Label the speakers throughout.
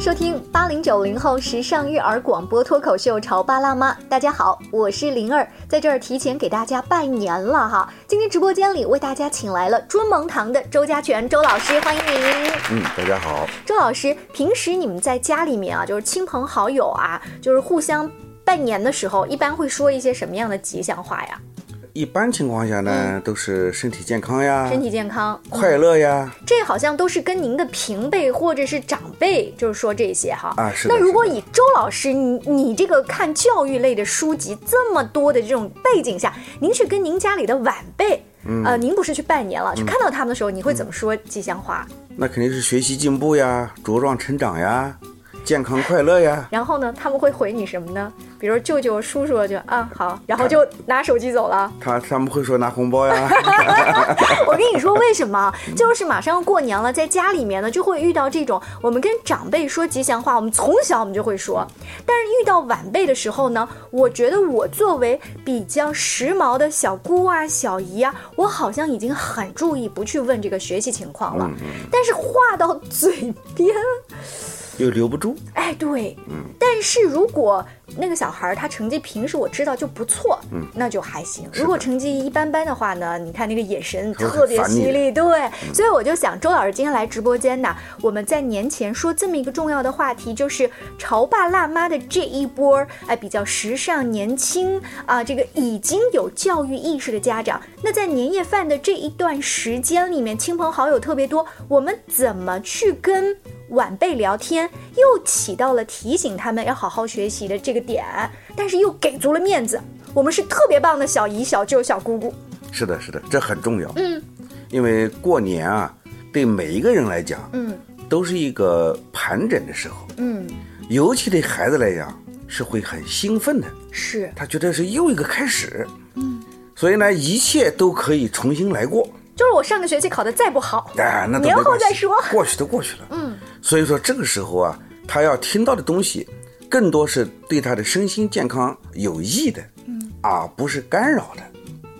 Speaker 1: 收听八零九零后时尚育儿广播脱口秀《潮爸辣妈》，大家好，我是灵儿，在这儿提前给大家拜年了哈！今天直播间里为大家请来了追萌堂的周家全周老师，欢迎您。
Speaker 2: 嗯，大家好。
Speaker 1: 周老师，平时你们在家里面啊，就是亲朋好友啊，就是互相拜年的时候，一般会说一些什么样的吉祥话呀？
Speaker 2: 一般情况下呢，都是身体健康呀，
Speaker 1: 嗯身体健康，
Speaker 2: 快乐呀。
Speaker 1: 这好像都是跟您的平辈或者是长辈，就是说这些哈。
Speaker 2: 啊是的
Speaker 1: 那如果
Speaker 2: 是的
Speaker 1: 以周老师你你这个看教育类的书籍这么多的这种背景下，您去跟您家里的晚辈，
Speaker 2: 嗯
Speaker 1: 呃，您不是去拜年了，去看到他们的时候，你会怎么说吉祥话？
Speaker 2: 那肯定是学习进步呀，茁壮成长呀，健康快乐呀。
Speaker 1: 然后呢，他们会回你什么呢？比如舅舅、叔叔就啊好，然后就拿手机走了。
Speaker 2: 他他们会说拿红 包呀，
Speaker 1: 我跟你说为什么？就是马上要过年了，在家里面呢就会遇到这种，我们跟长辈说吉祥话，我们从小我们就会说，但是遇到晚辈的时候呢，我觉得我作为比较时髦的小姑啊、小姨啊，我好像已经很注意不去问这个学习情况了，但是话到嘴边。
Speaker 2: 又留不住。
Speaker 1: 哎，对，但是如果那个小孩儿他成绩平时我知道就不错，那就还行。如果成绩一般般的话呢，你看那个眼神
Speaker 2: 他会
Speaker 1: 特别
Speaker 2: 烦你
Speaker 1: 犀利，对，所以我就想，周老师今天来直播间呢，我们在年前说这么一个重要的话题，就是潮爸辣妈的这一波儿，哎，比较时尚、年轻啊、这个已经有教育意识的家长，那在年夜饭的这一段时间里面，亲朋好友特别多，我们怎么去跟？晚辈聊天，又起到了提醒他们要好好学习的这个点，但是又给足了面子。我们是特别棒的小姨、小舅、小姑姑，
Speaker 2: 是的，是的，这很重要。嗯，因为过年啊，对每一个人来讲，
Speaker 1: 嗯，
Speaker 2: 都是一个盘整的时候，
Speaker 1: 嗯，
Speaker 2: 尤其对孩子来讲是会很兴奋的，
Speaker 1: 是，
Speaker 2: 他觉得是又一个开始。嗯，所以呢，一切都可以重新来过。
Speaker 1: 就是我上个学期考得再不好，
Speaker 2: 哎，那都
Speaker 1: 年
Speaker 2: 没
Speaker 1: 后
Speaker 2: 关系
Speaker 1: 再说。
Speaker 2: 过去都过去了。嗯，所以说这个时候啊，他要听到的东西，更多是对他的身心健康有益的，嗯，啊，不是干扰的。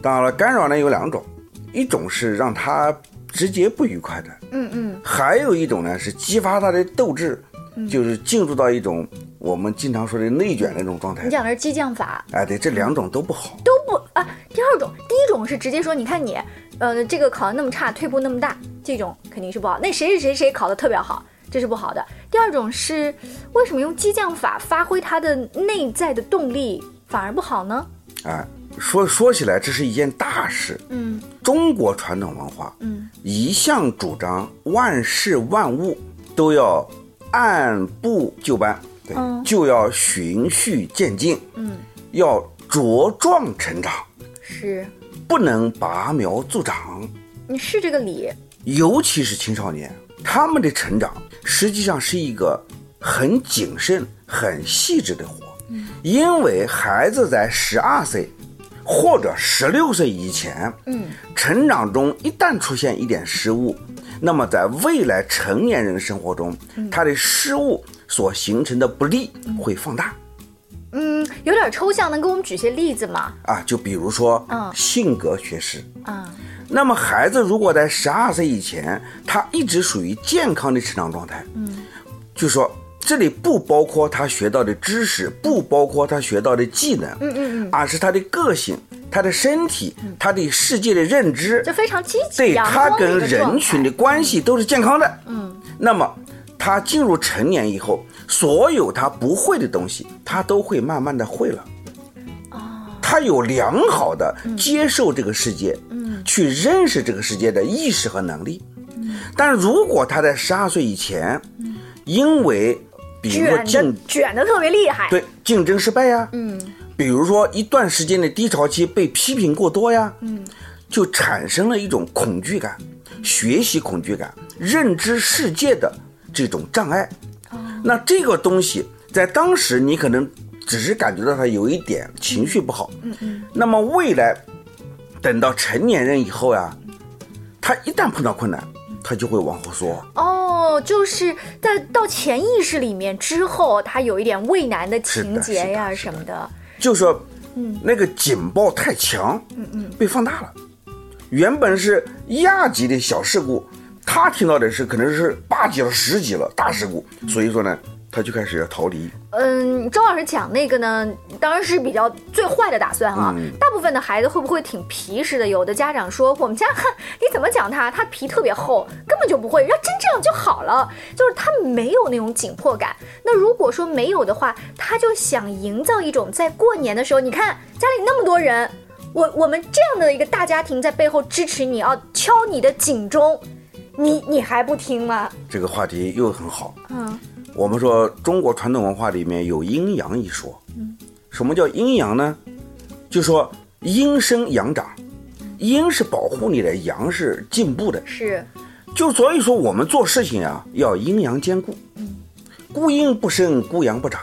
Speaker 2: 当然了，干扰呢有两种，一种是让他直接不愉快的，
Speaker 1: 嗯嗯，
Speaker 2: 还有一种呢是激发他的斗志，就是进入到一种我们经常说的内卷那种状态
Speaker 1: 你。讲的是激将法，
Speaker 2: 哎，对，这两种都不好。
Speaker 1: 都不啊。第二种，第一种是直接说，你看你，呃，这个考得那么差，退步那么大，这种肯定是不好。那谁谁谁谁考得特别好，这是不好的。第二种是为什么用激将法发挥他的内在的动力反而不好呢？
Speaker 2: 啊，说说起来，这是一件大事。
Speaker 1: 嗯，
Speaker 2: 中国传统文化，
Speaker 1: 嗯，
Speaker 2: 一向主张万事万物都要按部就班，对，
Speaker 1: 嗯
Speaker 2: 就要循序渐进，
Speaker 1: 嗯，
Speaker 2: 要茁壮成长，
Speaker 1: 是。
Speaker 2: 不能拔苗助长。
Speaker 1: 你是这个理，
Speaker 2: 尤其是青少年，他们的成长实际上是一个很谨慎、很细致的活，因为孩子在十二岁或者十六岁以前，
Speaker 1: 嗯，
Speaker 2: 成长中一旦出现一点失误，那么在未来成年人的生活中，
Speaker 1: 嗯
Speaker 2: 他的失误所形成的不利会放大。
Speaker 1: 嗯，有点抽象，能给我们举些例子吗？
Speaker 2: 啊，就比如说，
Speaker 1: 嗯
Speaker 2: 性格缺失，
Speaker 1: 啊、
Speaker 2: 那么孩子如果在十二岁以前，他一直属于健康的成长状态，嗯，就说这里不包括他学到的知识，不包括他学到的技能，嗯嗯嗯，嗯而是他的个性、他的身体、他对世界的认知，
Speaker 1: 就非常积极、
Speaker 2: 对
Speaker 1: 阳
Speaker 2: 他
Speaker 1: 光的
Speaker 2: 跟
Speaker 1: 一个状
Speaker 2: 人群的
Speaker 1: 态。
Speaker 2: 关系都是健康的。嗯，那么他进入成年以后，所有他不会的东西，他都会慢慢的会了。
Speaker 1: 哦
Speaker 2: 他有良好的
Speaker 1: 嗯
Speaker 2: 接受这个世界，嗯，去认识这个世界的意识和能力。
Speaker 1: 嗯
Speaker 2: 但如果他在十二岁以前，因为比如说
Speaker 1: 卷
Speaker 2: 竞
Speaker 1: 的卷的特别厉害，
Speaker 2: 对竞争失败呀，嗯，比如说一段时间的低潮期被批评过多呀，嗯，就产生了一种恐惧感、学习恐惧感、认知世界的这种障碍。那这个东西在当时你可能只是感觉到他有一点情绪不好，嗯嗯，那么未来等到成年人以后呀，他一旦碰到困难，他就会往后缩。
Speaker 1: 哦，就是在到潜意识里面之后，他有一点畏难的情节呀什么的。
Speaker 2: 就说，那个警报太强，嗯嗯，被放大了。原本是亚级的小事故，他听到的是可能是八级了、十级了，大事故，所以说呢，他就开始要逃离。
Speaker 1: 嗯，周老师讲那个呢，当然是比较最坏的打算啊。大部分的孩子会不会挺皮实的？有的家长说，我们家 哼，你怎么讲他，他皮特别厚，根本就不会，要真这样就好了。就是他没有那种紧迫感。那如果说没有的话，他就想营造一种在过年的时候，你看家里那么多人，我我们这样的一个大家庭在背后支持你，要敲你的警钟，你你还不听吗？
Speaker 2: 这个话题又很好。
Speaker 1: 嗯，
Speaker 2: 我们说中国传统文化里面有阴阳一说。什么叫阴阳呢？就说阴生阳长，阴是保护你的，阳是进步的。
Speaker 1: 是，
Speaker 2: 就所以说我们做事情啊，要阴阳兼顾，孤阴不生，孤阳不长。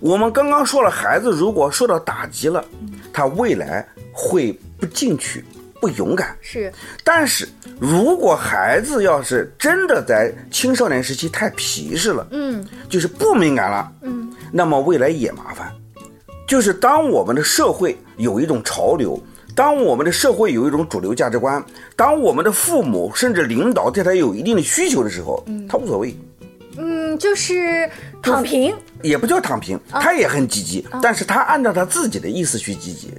Speaker 2: 我们刚刚说了，孩子如果受到打击了，他未来会不进取、不勇敢。
Speaker 1: 是，
Speaker 2: 但是如果孩子要是真的在青少年时期太皮实了，
Speaker 1: 嗯
Speaker 2: 就是不敏感了，
Speaker 1: 嗯，
Speaker 2: 那么未来也麻烦。就是当我们的社会有一种潮流，当我们的社会有一种主流价值观，当我们的父母甚至领导对他有一定的需求的时候，他无所谓，
Speaker 1: 嗯，就是躺平。
Speaker 2: 也不叫躺平，
Speaker 1: 啊
Speaker 2: 他也很积极，但是他按照他自己的意思去积极，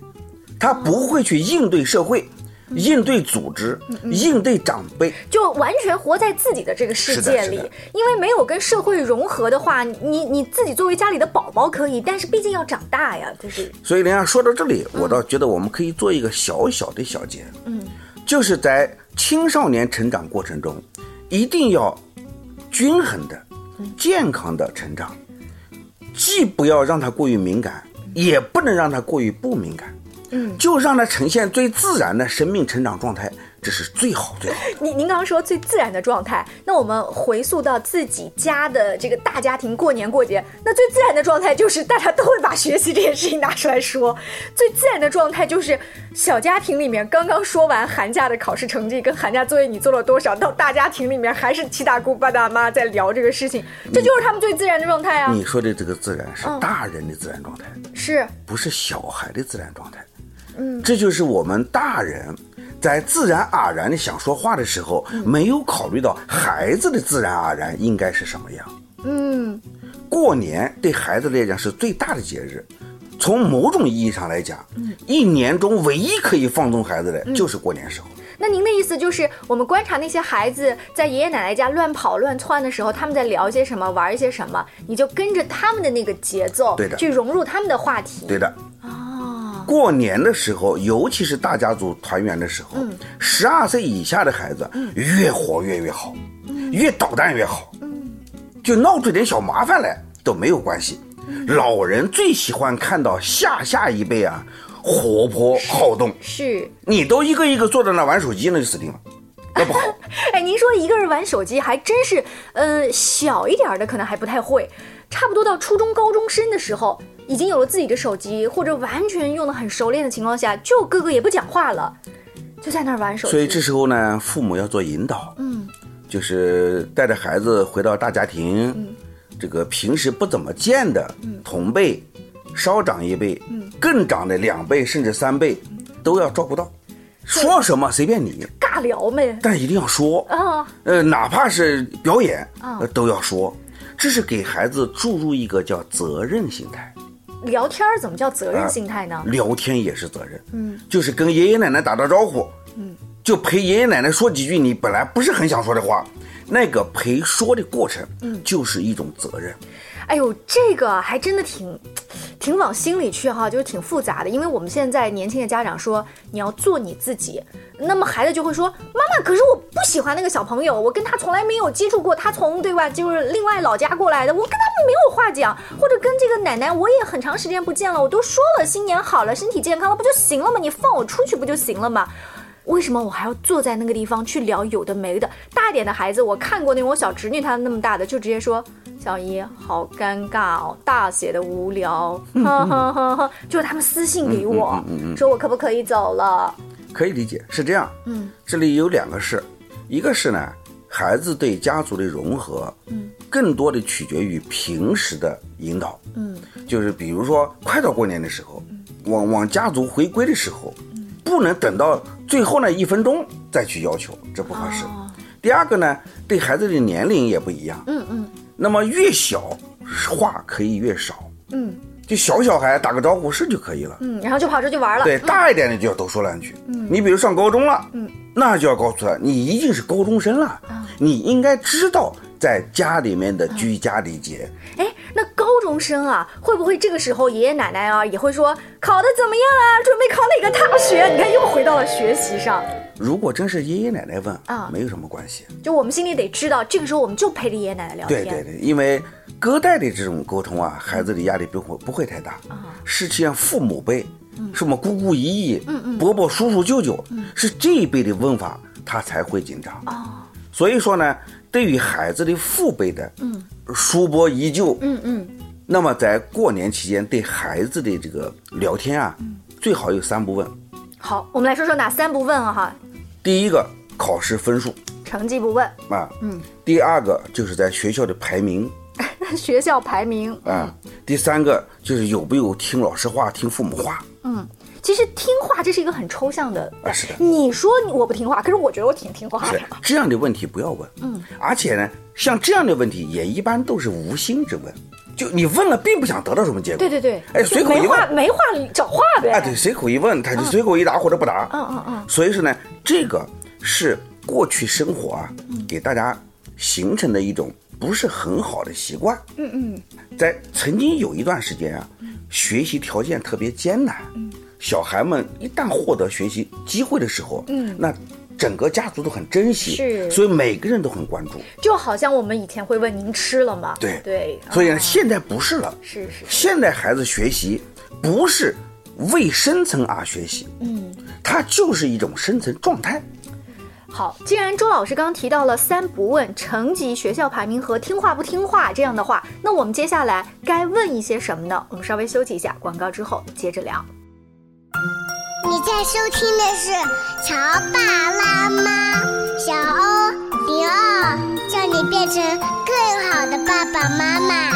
Speaker 2: 他不会去应对社会。
Speaker 1: 嗯
Speaker 2: 应对组织，应对长辈，
Speaker 1: 就完全活在自己的这个世界
Speaker 2: 是
Speaker 1: 里
Speaker 2: 的是的，
Speaker 1: 因为没有跟社会融合的话，你你自己作为家里的宝宝可以，但是毕竟要长大呀，就是
Speaker 2: 所以，人家说到这里，我倒觉得我们可以做一个小小的小结，嗯，就是在青少年成长过程中，一定要均衡的、健康的成长，既不要让他过于敏感，也不能让他过于不敏感，嗯，就让他呈现最自然的生命成长状态，这是最好最好的。
Speaker 1: 您您刚刚说最自然的状态，那我们回溯到自己家的这个大家庭过年过节，那最自然的状态就是大家都会把学习这件事情拿出来说，最自然的状态就是小家庭里面刚刚说完寒假的考试成绩跟寒假作业你做了多少，到大家庭里面还是七大姑八大妈在聊这个事情，这就是他们最自然的状态啊，
Speaker 2: 你说的这个自然是大人的自然状态，
Speaker 1: 是。
Speaker 2: 不是小孩的自然状态。嗯，这就是我们大人在自然而然的想说话的时候，没有考虑到孩子的自然而然应该是什么样。嗯，过年对孩子来讲是最大的节日。从某种意义上来讲，一年中唯一可以放纵孩子的就是过年时候。
Speaker 1: 那您的意思就是，我们观察那些孩子在爷爷奶奶家乱跑乱窜的时候，他们在聊些什么，玩一些什么，你就跟着他们的那个节奏，
Speaker 2: 对的
Speaker 1: 去融入他们的话题。
Speaker 2: 对的。过年的时候，尤其是大家族团圆的时候，十二、岁以下的孩子、越活跃越好，越捣蛋越好，就闹出点小麻烦来都没有关系。老人最喜欢看到下下一辈啊活泼好动，
Speaker 1: 是，
Speaker 2: 你都一个一个坐在那玩手机，那就死定了，那不好。
Speaker 1: 哎，您说一个人玩手机，还真是，呃，小一点儿的可能还不太会，差不多到初中、高中生的时候，已经有了自己的手机，或者完全用的很熟练的情况下，就哥哥也不讲话了，就在那儿玩手机。
Speaker 2: 所以这时候呢，父母要做引导，嗯，就是带着孩子回到大家庭，
Speaker 1: 嗯
Speaker 2: 这个平时不怎么见的同辈、稍长一辈、
Speaker 1: 嗯
Speaker 2: 更长的两辈甚至三辈，都要照顾到。说什么随便你，
Speaker 1: 尬聊呗，
Speaker 2: 但一定要说，
Speaker 1: 啊，
Speaker 2: 呃，哪怕是表演，
Speaker 1: 啊
Speaker 2: 呃都要说。这是给孩子注入一个叫责任心态，
Speaker 1: 聊天儿怎么叫责
Speaker 2: 啊
Speaker 1: 任心态呢？
Speaker 2: 聊天也是责任，嗯，就是跟爷爷奶奶打打招呼，嗯，就陪爷爷奶奶说几句你本来不是很想说的话，那个陪说的过程，嗯，就是一种责任。
Speaker 1: 哎呦，这个还真的挺，挺往心里去哈，就是挺复杂的。因为我们现在年轻的家长说你要做你自己，那么孩子就会说妈妈，可是我不喜欢那个小朋友，我跟他从来没有接触过，他从对吧，就是另外老家过来的，我跟他们没有话讲，或者跟这个奶奶我也很长时间不见了，我都说了新年好了，身体健康了不就行了吗？你放我出去不就行了吗？为什么我还要坐在那个地方去聊有的没的？大一点的孩子，我看过那种我小侄女，她那么大的就直接说：“小姨好尴尬哦，大写的无 聊。”哈哈哈哈，就是他们私信给
Speaker 2: 嗯
Speaker 1: 我，说我可不可以走了？
Speaker 2: 可以理解，是这样。嗯，这里有两个事，一个是呢，孩子对家族的融合，嗯，更多的取决于平时的引导，嗯，就是比如说快到过年的时候，往往家族回归的时候，不能等到最后那一分钟再去要求，这不合适。第二个呢，对孩子的年龄也不一样。
Speaker 1: 嗯嗯
Speaker 2: 那么越小，话可以越少，
Speaker 1: 嗯
Speaker 2: 就小小孩打个招呼是就可以了。
Speaker 1: 嗯，然后就跑出去玩了。
Speaker 2: 对，大一点的就要多说两句。嗯，你比如上高中了，嗯，那就要告诉他，你已经是高中生了，你应该知道在家里面的居家礼节。
Speaker 1: 哎，那高中生啊，会不会这个时候爷爷奶奶啊也会说考的怎么样啊？准备考哪个大学？你看又回到了学习上，
Speaker 2: 如果真是爷爷奶奶问
Speaker 1: 啊
Speaker 2: 没有什么关系。
Speaker 1: 就我们心里得知道，这个时候我们就陪着爷爷奶奶聊
Speaker 2: 对
Speaker 1: 天。
Speaker 2: 对对，因为隔代的这种沟通啊，孩子的压力不会不会太大。是像父母辈，什么姑姑姨姨、伯伯叔叔舅舅，是这一辈的问法，他才会紧张。所以说呢，对于孩子的父辈的，叔伯姨舅，
Speaker 1: 嗯嗯，
Speaker 2: 那么在过年期间对孩子的这个聊天啊，最好有三不问。
Speaker 1: 好，我们来说说哪三不问啊哈？
Speaker 2: 第一个，考试分数
Speaker 1: 成绩不问，
Speaker 2: 啊，第二个就是在学校的排名，
Speaker 1: 学校排名。
Speaker 2: 啊、第三个就是有没有听老师话、听父母话。
Speaker 1: 其实听话这是一个很抽象的，
Speaker 2: 啊是的
Speaker 1: 你说你我不听话，可是我觉得我挺听话
Speaker 2: 是
Speaker 1: 的。
Speaker 2: 这样的问题不要问。嗯，而且呢，像这样的问题也一般都是无心之问，就你问了并不想得到什么结果。
Speaker 1: 对对对，
Speaker 2: 哎，
Speaker 1: 就
Speaker 2: 随口
Speaker 1: 没
Speaker 2: 一
Speaker 1: 话嗯
Speaker 2: 问，
Speaker 1: 没话找话呗。
Speaker 2: 哎，对，随口一问，他就随口一答或者不答。
Speaker 1: 嗯嗯嗯，
Speaker 2: 所以说呢，这个是过去生活啊，给大家形成的一种不是很好的习惯。嗯嗯，在曾经有一段时间啊，学习条件特别艰难，小孩们一旦获得学习机会的时候，嗯，那整个家族都很珍惜，
Speaker 1: 是
Speaker 2: 所以每个人都很关注。
Speaker 1: 就好像我们以前会问您吃了吗？
Speaker 2: 对
Speaker 1: 对，
Speaker 2: 所以呢，
Speaker 1: 嗯
Speaker 2: 现在不是了，
Speaker 1: 是是
Speaker 2: 现在孩子学习不是为深层而学习，嗯，它就是一种深层状态。
Speaker 1: 好，既然周老师刚提到了三不问，成绩、学校排名和听话不听话这样的话，那我们接下来该问一些什么呢？我们稍微休息一下，广告之后接着聊。
Speaker 3: 你在收听的是《潮爸辣妈》，小欧零二，叫你变成更好的爸爸妈妈。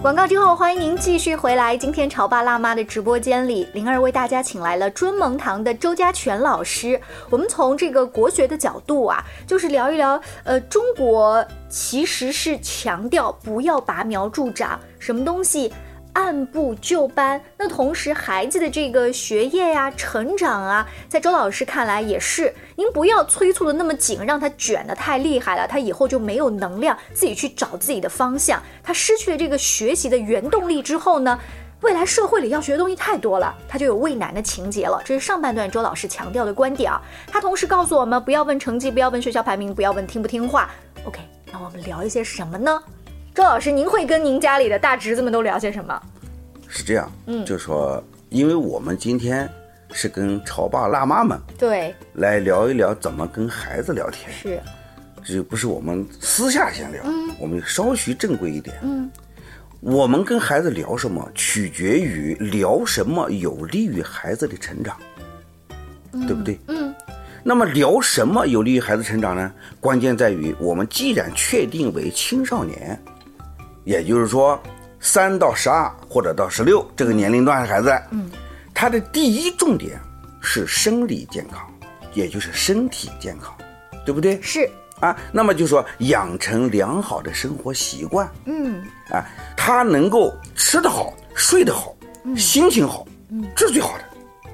Speaker 1: 广告之后，欢迎您继续回来。今天潮爸辣妈的直播间里，灵儿为大家请来了尊盟堂的周家全老师。我们从这个国学的角度啊，就是聊一聊，呃，中国其实是强调不要拔苗助长，什么东西。按部就班，那同时孩子的这个学业呀、成长啊，在周老师看来也是，您不要催促的那么紧，让他卷的太厉害了，他以后就没有能量自己去找自己的方向，他失去了这个学习的原动力之后呢，未来社会里要学的东西太多了，他就有畏难的情节了。这是上半段周老师强调的观点啊，他同时告诉我们不要问成绩，不要问学校排名，不要问听不听话。OK，那我们聊一些什么呢？周老师，您会跟您家里的大侄子们都聊些什么？
Speaker 2: 是这样，嗯，就说，因为我们今天是跟潮爸辣妈们
Speaker 1: 对，
Speaker 2: 来聊一聊怎么跟孩子聊天，
Speaker 1: 是，
Speaker 2: 这不是我们私下闲聊，我们稍许正规一点，嗯，我们跟孩子聊什么，取决于聊什么有利于孩子的成长，对不对？嗯。那么聊什么有利于孩子成长呢？关键在于我们既然确定为青少年，也就是说三到十二或者到十六这个年龄段的孩子，嗯，他的第一重点是生理健康，也就是身体健康，对不对？
Speaker 1: 是，
Speaker 2: 啊，那么就说养成良好的生活习惯，
Speaker 1: 嗯，
Speaker 2: 啊，他能够吃得好、睡得好、心情好，这是最好的，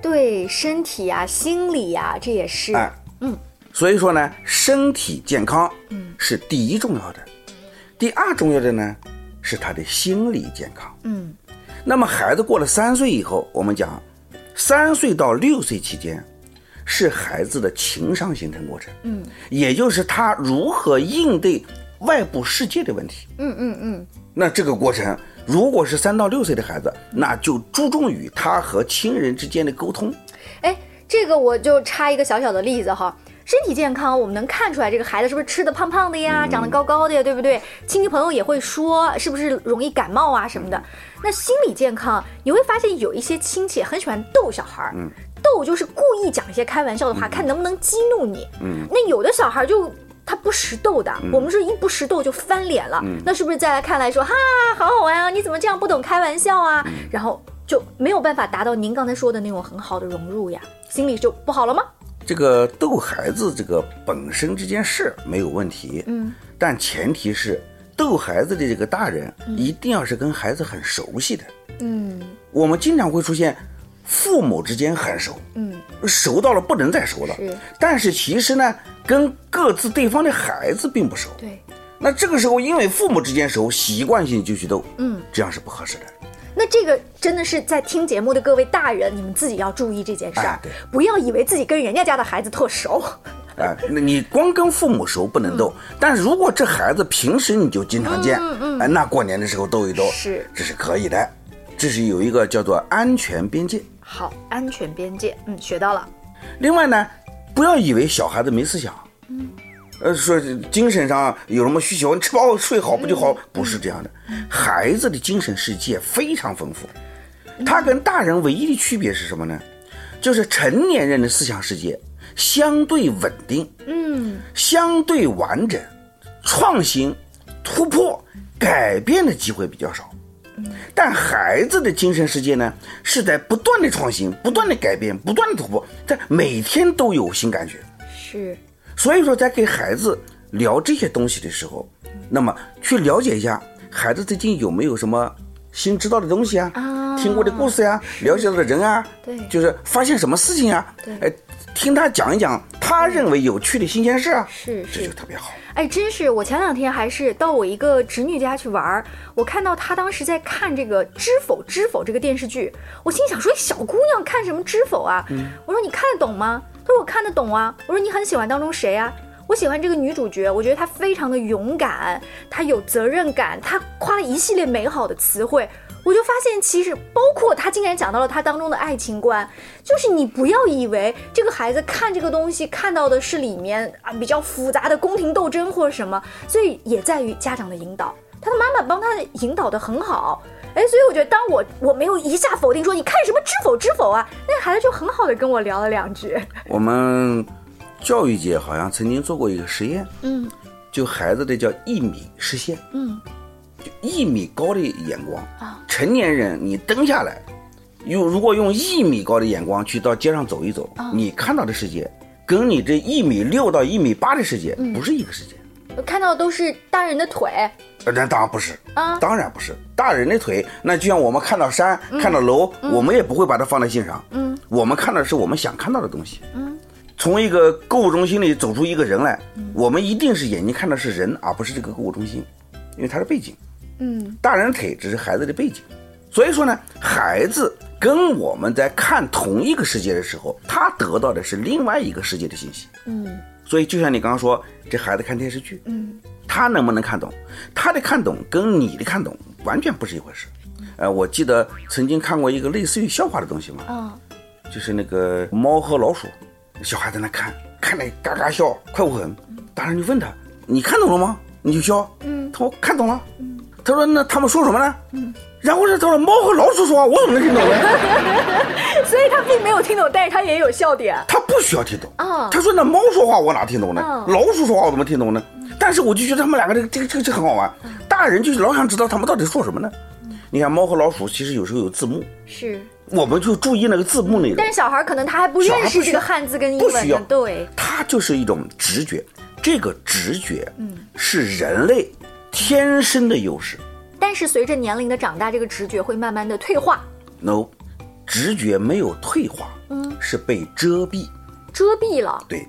Speaker 1: 对身体呀、心理呀、这也是。
Speaker 2: 哎，嗯，所以说呢，身体健康，嗯，是第一重要的，第二重要的呢，是他的心理健康，
Speaker 1: 嗯，
Speaker 2: 那么孩子过了三岁以后，我们讲，三岁到六岁期间。是孩子的情商形成过程，嗯，也就是他如何应对外部世界的问题，
Speaker 1: 嗯嗯嗯，
Speaker 2: 那这个过程，如果是三到六岁的孩子，那就注重于他和亲人之间的沟通。
Speaker 1: 哎，这个我就插一个小小的例子哈。身体健康，我们能看出来这个孩子是不是吃的胖胖的呀，长得高高的呀，对不对？亲戚朋友也会说，是不是容易感冒啊什么的。那心理健康，你会发现有一些亲戚很喜欢逗小孩儿，逗就是故意讲一些开玩笑
Speaker 2: 嗯
Speaker 1: 的话，看能不能激怒你。那有的小孩就他不识逗的，
Speaker 2: 嗯
Speaker 1: 我们说一不识逗就
Speaker 2: 嗯
Speaker 1: 翻脸了，那是不是再来看来说哈好好玩啊，你怎么这样不懂开玩笑啊？然后就没有办法达到您刚才说的那种很好的融入呀，心里就不好了吗？
Speaker 2: 这个逗孩子这个本身这件事没有问题，嗯，但前提是逗孩子的这个大人一定要是跟孩子很熟悉的，
Speaker 1: 嗯，
Speaker 2: 我们经常会出现父母之间很熟，
Speaker 1: 嗯，
Speaker 2: 熟到了不能再熟了，
Speaker 1: 是
Speaker 2: 但是其实呢，跟各自对方的孩子并不熟，
Speaker 1: 对。
Speaker 2: 那这个时候因为父母之间熟，习惯性就去逗，
Speaker 1: 嗯，
Speaker 2: 这样是不合适的。
Speaker 1: 那这个真的是在听节目的各位大人，你们自己要注意这件事儿
Speaker 2: 哎对，
Speaker 1: 不要以为自己跟人家家的孩子特熟。
Speaker 2: 哎，那你光跟父母熟不能斗，但如果这孩子平时你就经常见，哎，那过年的时候斗一斗，
Speaker 1: 是
Speaker 2: 这是可以的，这是有一个叫做安全边界。
Speaker 1: 好，安全边界，嗯，学到了。
Speaker 2: 另外呢，不要以为小孩子没思想，呃，说精神上有什么需求，你吃饱睡好不就好？不是这样的，孩子的精神世界非常丰富，他跟大人唯一的区别是什么呢？就是成年人的思想世界相对稳定，
Speaker 1: 嗯，
Speaker 2: 相对完整，创新、突破、改变的机会比较少。但孩子的精神世界呢，是在不断的创新、不断的改变、不断的突破，在每天都有新感觉。
Speaker 1: 是，
Speaker 2: 所以说，在给孩子聊这些东西的时候，那么去了解一下孩子最近有没有什么新知道的东西啊，
Speaker 1: 啊
Speaker 2: 听过的故事呀、了解到的人啊，
Speaker 1: 对
Speaker 2: 就是发现什么事情啊，
Speaker 1: 对
Speaker 2: 哎，听他讲一讲他认为有趣的新鲜事啊，
Speaker 1: 是
Speaker 2: 这
Speaker 1: 是
Speaker 2: 就特别好。
Speaker 1: 哎，真是！我前两天还是到我一个侄女家去玩儿，我看到她当时在看这个《知否知否》这个电视剧，我心想说：“哎小姑娘看什么知否啊？”我说：“你看得懂吗？”她说：“我看得懂啊。”我说：“你很喜欢当中谁啊？”我喜欢这个女主角，我觉得她非常的勇敢，她有责任感，她夸了一系列美好的词汇。我就发现，其实包括她竟然讲到了她当中的爱情观，就是你不要以为这个孩子看这个东西看到的是里面啊比较复杂的宫廷斗争或者什么，所以也在于家长的引导。他的妈妈帮他引导的很好，哎，所以我觉得当我我没有一下否定说你看什么知否知否啊，那孩子就很好的跟我聊了两句。
Speaker 2: 我们教育界好像曾经做过一个实验，
Speaker 1: 嗯
Speaker 2: 就孩子的叫一米视线，
Speaker 1: 嗯，
Speaker 2: 就一米高的眼光
Speaker 1: 啊
Speaker 2: 成年人你蹬下来，用如果用一米高的眼光去到街上走一走，
Speaker 1: 啊
Speaker 2: 你看到的世界跟你这一米六到一米八的世界
Speaker 1: 嗯
Speaker 2: 不是一个世界。
Speaker 1: 我 看到的都是大人的腿，
Speaker 2: 呃那当然不是
Speaker 1: 啊
Speaker 2: 当然不是。大人的腿，那就像我们看到山、看到楼，我们也不会把它放在心上。
Speaker 1: 嗯，
Speaker 2: 我们看到的是我们想看到的东西。嗯，从一个购物中心里走出一个人来，
Speaker 1: 嗯
Speaker 2: 我们一定是眼睛看到是人，而不是这个购物中心，因为它是背景。
Speaker 1: 嗯，
Speaker 2: 大人的腿只是孩子的背景。所以说呢，孩子跟我们在看同一个世界的时候，他得到的是另外一个世界的信息。
Speaker 1: 嗯，
Speaker 2: 所以就像你刚刚说，这孩子看电视剧，嗯，他能不能看懂？他的看懂跟你的看懂完全不是一回事。呃，我记得曾经看过一个类似于笑话的东西嘛，
Speaker 1: 啊、
Speaker 2: 就是那个猫和老鼠，小孩在那看，看得嘎嘎笑，快活很。大人就问他：“你看懂了吗？”你就笑。嗯，他说：“看懂了。”嗯，他说：“那他们说什么呢？”嗯，然后呢，他说：“猫和老鼠说话，我怎么能听懂呢
Speaker 1: 所以他并没有听懂，但是他也有笑点。？”
Speaker 2: 他不需要听懂。
Speaker 1: 啊
Speaker 2: 他说：“那猫说话我哪听懂呢？
Speaker 1: 啊
Speaker 2: 老鼠说话我怎么听懂呢？”但是我就觉得他们两个这个这个这个这个很好玩，
Speaker 1: 嗯
Speaker 2: 大人就是老想知道他们到底说什么呢。你看猫和老鼠其实有时候有字幕，
Speaker 1: 是，
Speaker 2: 我们就注意那个字幕内容
Speaker 1: 但。是小孩可能他还不
Speaker 2: 小孩
Speaker 1: 认
Speaker 2: 不
Speaker 1: 识
Speaker 2: 需
Speaker 1: 这个
Speaker 2: 要
Speaker 1: 汉字跟英
Speaker 2: 不
Speaker 1: 文
Speaker 2: 需
Speaker 1: 呢
Speaker 2: 要。
Speaker 1: 对，
Speaker 2: 它就是一种直觉，这个直觉，
Speaker 1: 嗯
Speaker 2: 是人类天生的优势。
Speaker 1: 但是随着年龄的长大，这个直觉会慢慢的退化，
Speaker 2: no，直觉没有退化，
Speaker 1: 嗯
Speaker 2: 是被遮蔽。
Speaker 1: 遮蔽了。
Speaker 2: 对，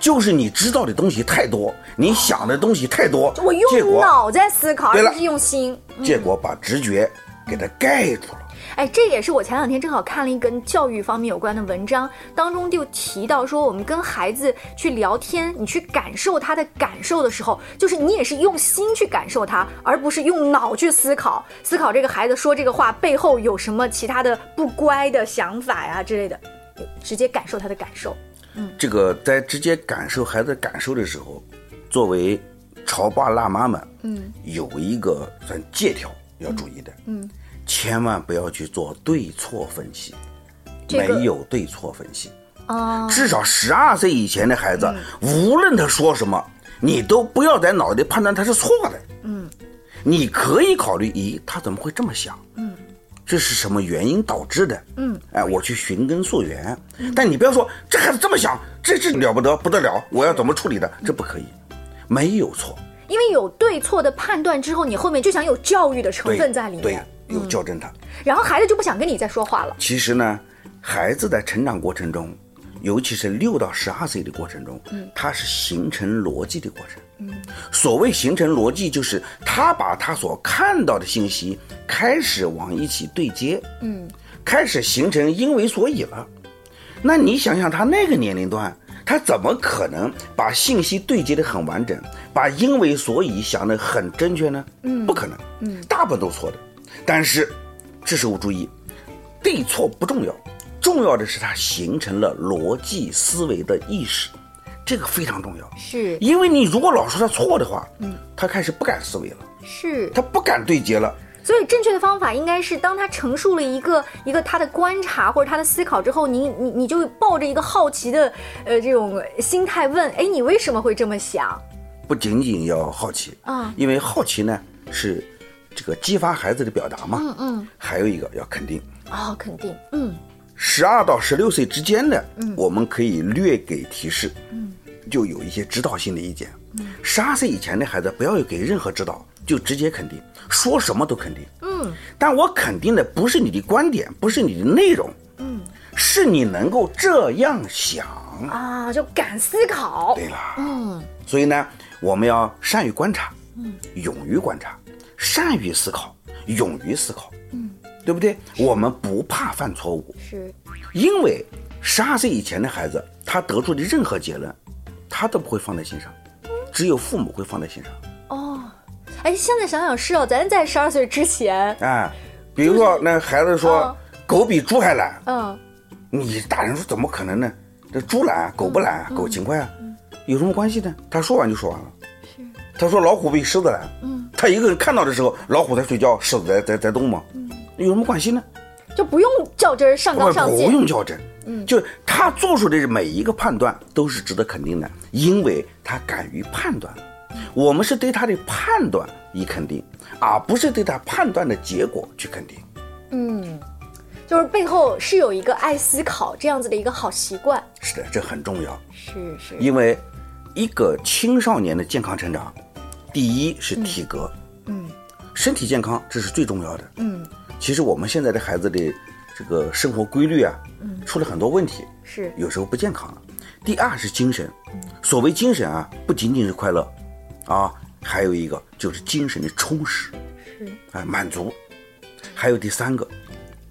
Speaker 2: 就是你知道的东西太多，你想的东西太多，
Speaker 1: 我
Speaker 2: 结
Speaker 1: 用
Speaker 2: 果
Speaker 1: 脑在思考，而
Speaker 2: 对了
Speaker 1: 不是用心。
Speaker 2: 结果把直觉给它盖住了。
Speaker 1: 哎，这也是我前两天正好看了一个跟教育方面有关的文章，当中就提到说，我们跟孩子去聊天，你去感受他的感受的时候，就是你也是用心去感受他，而不是用脑去思考，思考这个孩子说这个话背后有什么其他的不乖的想法呀、之类的，直接感受他的感受。
Speaker 2: 这个在直接感受孩子感受的时候，作为潮爸辣妈们，嗯，有一个算借条要注意的，嗯，千万不要去做对错分析，
Speaker 1: 这个
Speaker 2: 没有对错分析，
Speaker 1: 啊、
Speaker 2: 至少十二岁以前的孩子，
Speaker 1: 嗯
Speaker 2: 无论他说什么，你都不要在脑袋判断他是错的，嗯，你可以考虑，咦，他怎么会这么想？嗯，这是什么原因导致的？嗯，哎，我去寻根溯源。但你不要说这孩子这么想，这这了不得不得了，我要怎么处理的？这不可以，没有错，
Speaker 1: 因为有对错的判断之后，你后面就想有教育的成
Speaker 2: 对
Speaker 1: 分在里
Speaker 2: 对
Speaker 1: 面，，嗯
Speaker 2: 有校正他。
Speaker 1: 然后孩子就不想跟你再说话了。
Speaker 2: 其实呢，孩子在成长过程中，尤其是六到十二岁的过程中，他是形成逻辑的过程。所谓形成逻辑，就是他把他所看到的信息开始往一起对接，嗯，开始形成因为所以了。那你想想，他那个年龄段，他怎么可能把信息对接的很完整，把因为所以想的很正确呢？嗯，不可能，嗯，大部分都错的。但是，这时候注意，对错不重要，重要的是他形成了逻辑思维的意识，这个非常重要。
Speaker 1: 是
Speaker 2: 因为你如果老说他错的话，嗯，他开始不敢思维了，
Speaker 1: 是，
Speaker 2: 他不敢对接了。
Speaker 1: 所以正确的方法应该是，当他陈述了一个一个他的观察或者他的思考之后，你你你就抱着一个好奇的呃这种心态问，哎，你为什么会这么想？
Speaker 2: 不仅仅要好奇
Speaker 1: 啊
Speaker 2: 因为好奇呢是这个激发孩子的表达嘛，嗯嗯，还有一个要肯定。
Speaker 1: 哦，肯定，嗯，
Speaker 2: 十二到十六岁之间的，我们可以略给提示，就有一些指导性的意见。十二岁以前的孩子不要给任何指导，就直接肯定，说什么都肯定。嗯，但我肯定的不是你的观点，不是你的内容，嗯，是你能够这样想。
Speaker 1: 啊，就敢思考，
Speaker 2: 对了，嗯，所以呢，我们要善于观察，嗯，勇于观察，善于思考，勇于思考，嗯，对不对？我们不怕犯错误，
Speaker 1: 是
Speaker 2: 因为十二岁以前的孩子，他得出的任何结论，他都不会放在心上，只有父母会放在心上。
Speaker 1: 哦。哎，现在想想是哦，咱在十二岁之前，
Speaker 2: 啊，比如说那孩子说、
Speaker 1: 嗯
Speaker 2: 狗比猪还懒，
Speaker 1: 嗯，
Speaker 2: 你大人说怎么可能呢？这猪懒，狗不懒，狗勤快啊，有什么关系呢？他说完就说完了。他说老虎比狮子懒，嗯，他一个人看到的时候，老虎在睡觉，狮子在在在动嘛，有什么关系呢？
Speaker 1: 就不用较真儿上纲上
Speaker 2: 不
Speaker 1: 线，
Speaker 2: 用校正，嗯，就是他做出的每一个判断都是值得肯定的，因为他敢于判断。我们是对他的判断以肯定，而不是对他判断的结果去肯定。
Speaker 1: 就是背后是有一个爱思考这样子的一个好习惯，
Speaker 2: 是的，这很重要，
Speaker 1: 是是，
Speaker 2: 因为一个青少年的健康成长，第一是体格，嗯，身体健康这是最重要的，嗯。其实我们现在的孩子的这个生活规律啊，嗯，出了很多问题，
Speaker 1: 是
Speaker 2: 有时候不健康了。第二是精神，所谓精神啊，不仅仅是快乐，啊，还有一个就是精神的充实，
Speaker 1: 是
Speaker 2: 啊，满足。还有第三个，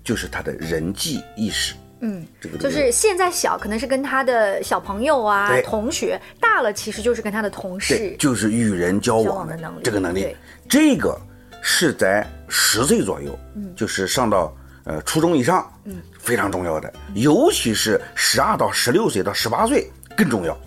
Speaker 2: 就是他的人际意识，嗯，这个
Speaker 1: 就
Speaker 2: 这个
Speaker 1: 是现在小可能是跟他的小朋友啊
Speaker 2: 对、
Speaker 1: 同学，大了其实就是跟他的同
Speaker 2: 对，
Speaker 1: 事。
Speaker 2: 就是与人交
Speaker 1: 交
Speaker 2: 往
Speaker 1: 往的能力
Speaker 2: 这个能力
Speaker 1: 对，
Speaker 2: 这个是在十岁左右，
Speaker 1: 嗯
Speaker 2: 就是上到呃初中以上，非常重要的，尤其是十二到十六岁到十八岁更重要。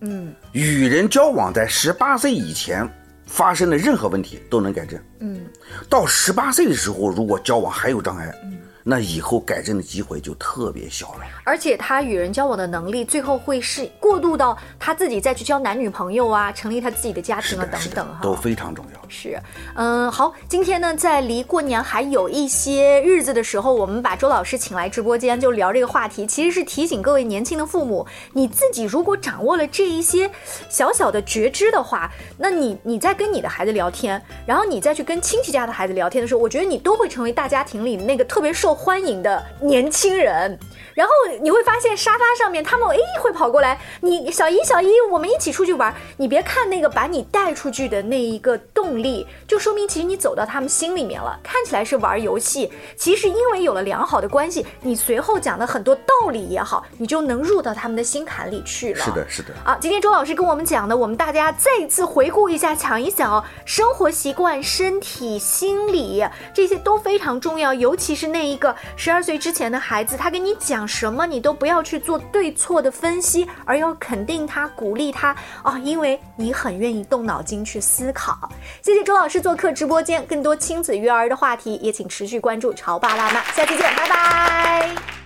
Speaker 2: 嗯，与人交往在十八岁以前发生的任何问题都能改正。嗯，到十八岁的时候，如果交往还有障碍，
Speaker 1: 嗯
Speaker 2: 那以后改正的机会就特别小了。
Speaker 1: 而且他与人交往的能力，最后会是过渡到他自己再去交男女朋友啊，成立他自己的家
Speaker 2: 是
Speaker 1: 庭啊
Speaker 2: 的，
Speaker 1: 等
Speaker 2: 是的
Speaker 1: 等，哈。
Speaker 2: 都非常重要。
Speaker 1: 是，嗯，好，今天呢，在离过年还有一些日子的时候，我们把周老师请来直播间，就聊这个话题，其实是提醒各位年轻的父母，你自己如果掌握了这一些小小的觉知的话，那你你在跟你的孩子聊天，然后你再去跟亲戚家的孩子聊天的时候，我觉得你都会成为大家庭里那个特别受欢迎的年轻人。然后你会发现沙发上面他们诶会跑过来，你小姨小姨，我们一起出去玩儿。你别看那个把你带出去的那一个动力，就说明其实你走到他们心里面了。看起来是玩儿游戏，其实因为有了良好的关系，你随后讲的很多道理也好，你就能入到他们的心坎里去了。
Speaker 2: 是的，是的。
Speaker 1: 啊，今天周老师跟我们讲的，我们大家再一次回顾一下，想一想哦，生活习惯、身体、心理这些都非常重要，尤其是那一个十二岁之前的孩子，他跟你讲什么，你都不要去做对错的分析，而要肯定他、鼓励他哦，因为你很愿意动脑筋去思考。谢谢周老师做客直播间，更多亲子育儿的话题也请持续关注潮爸辣妈，下期见，拜拜。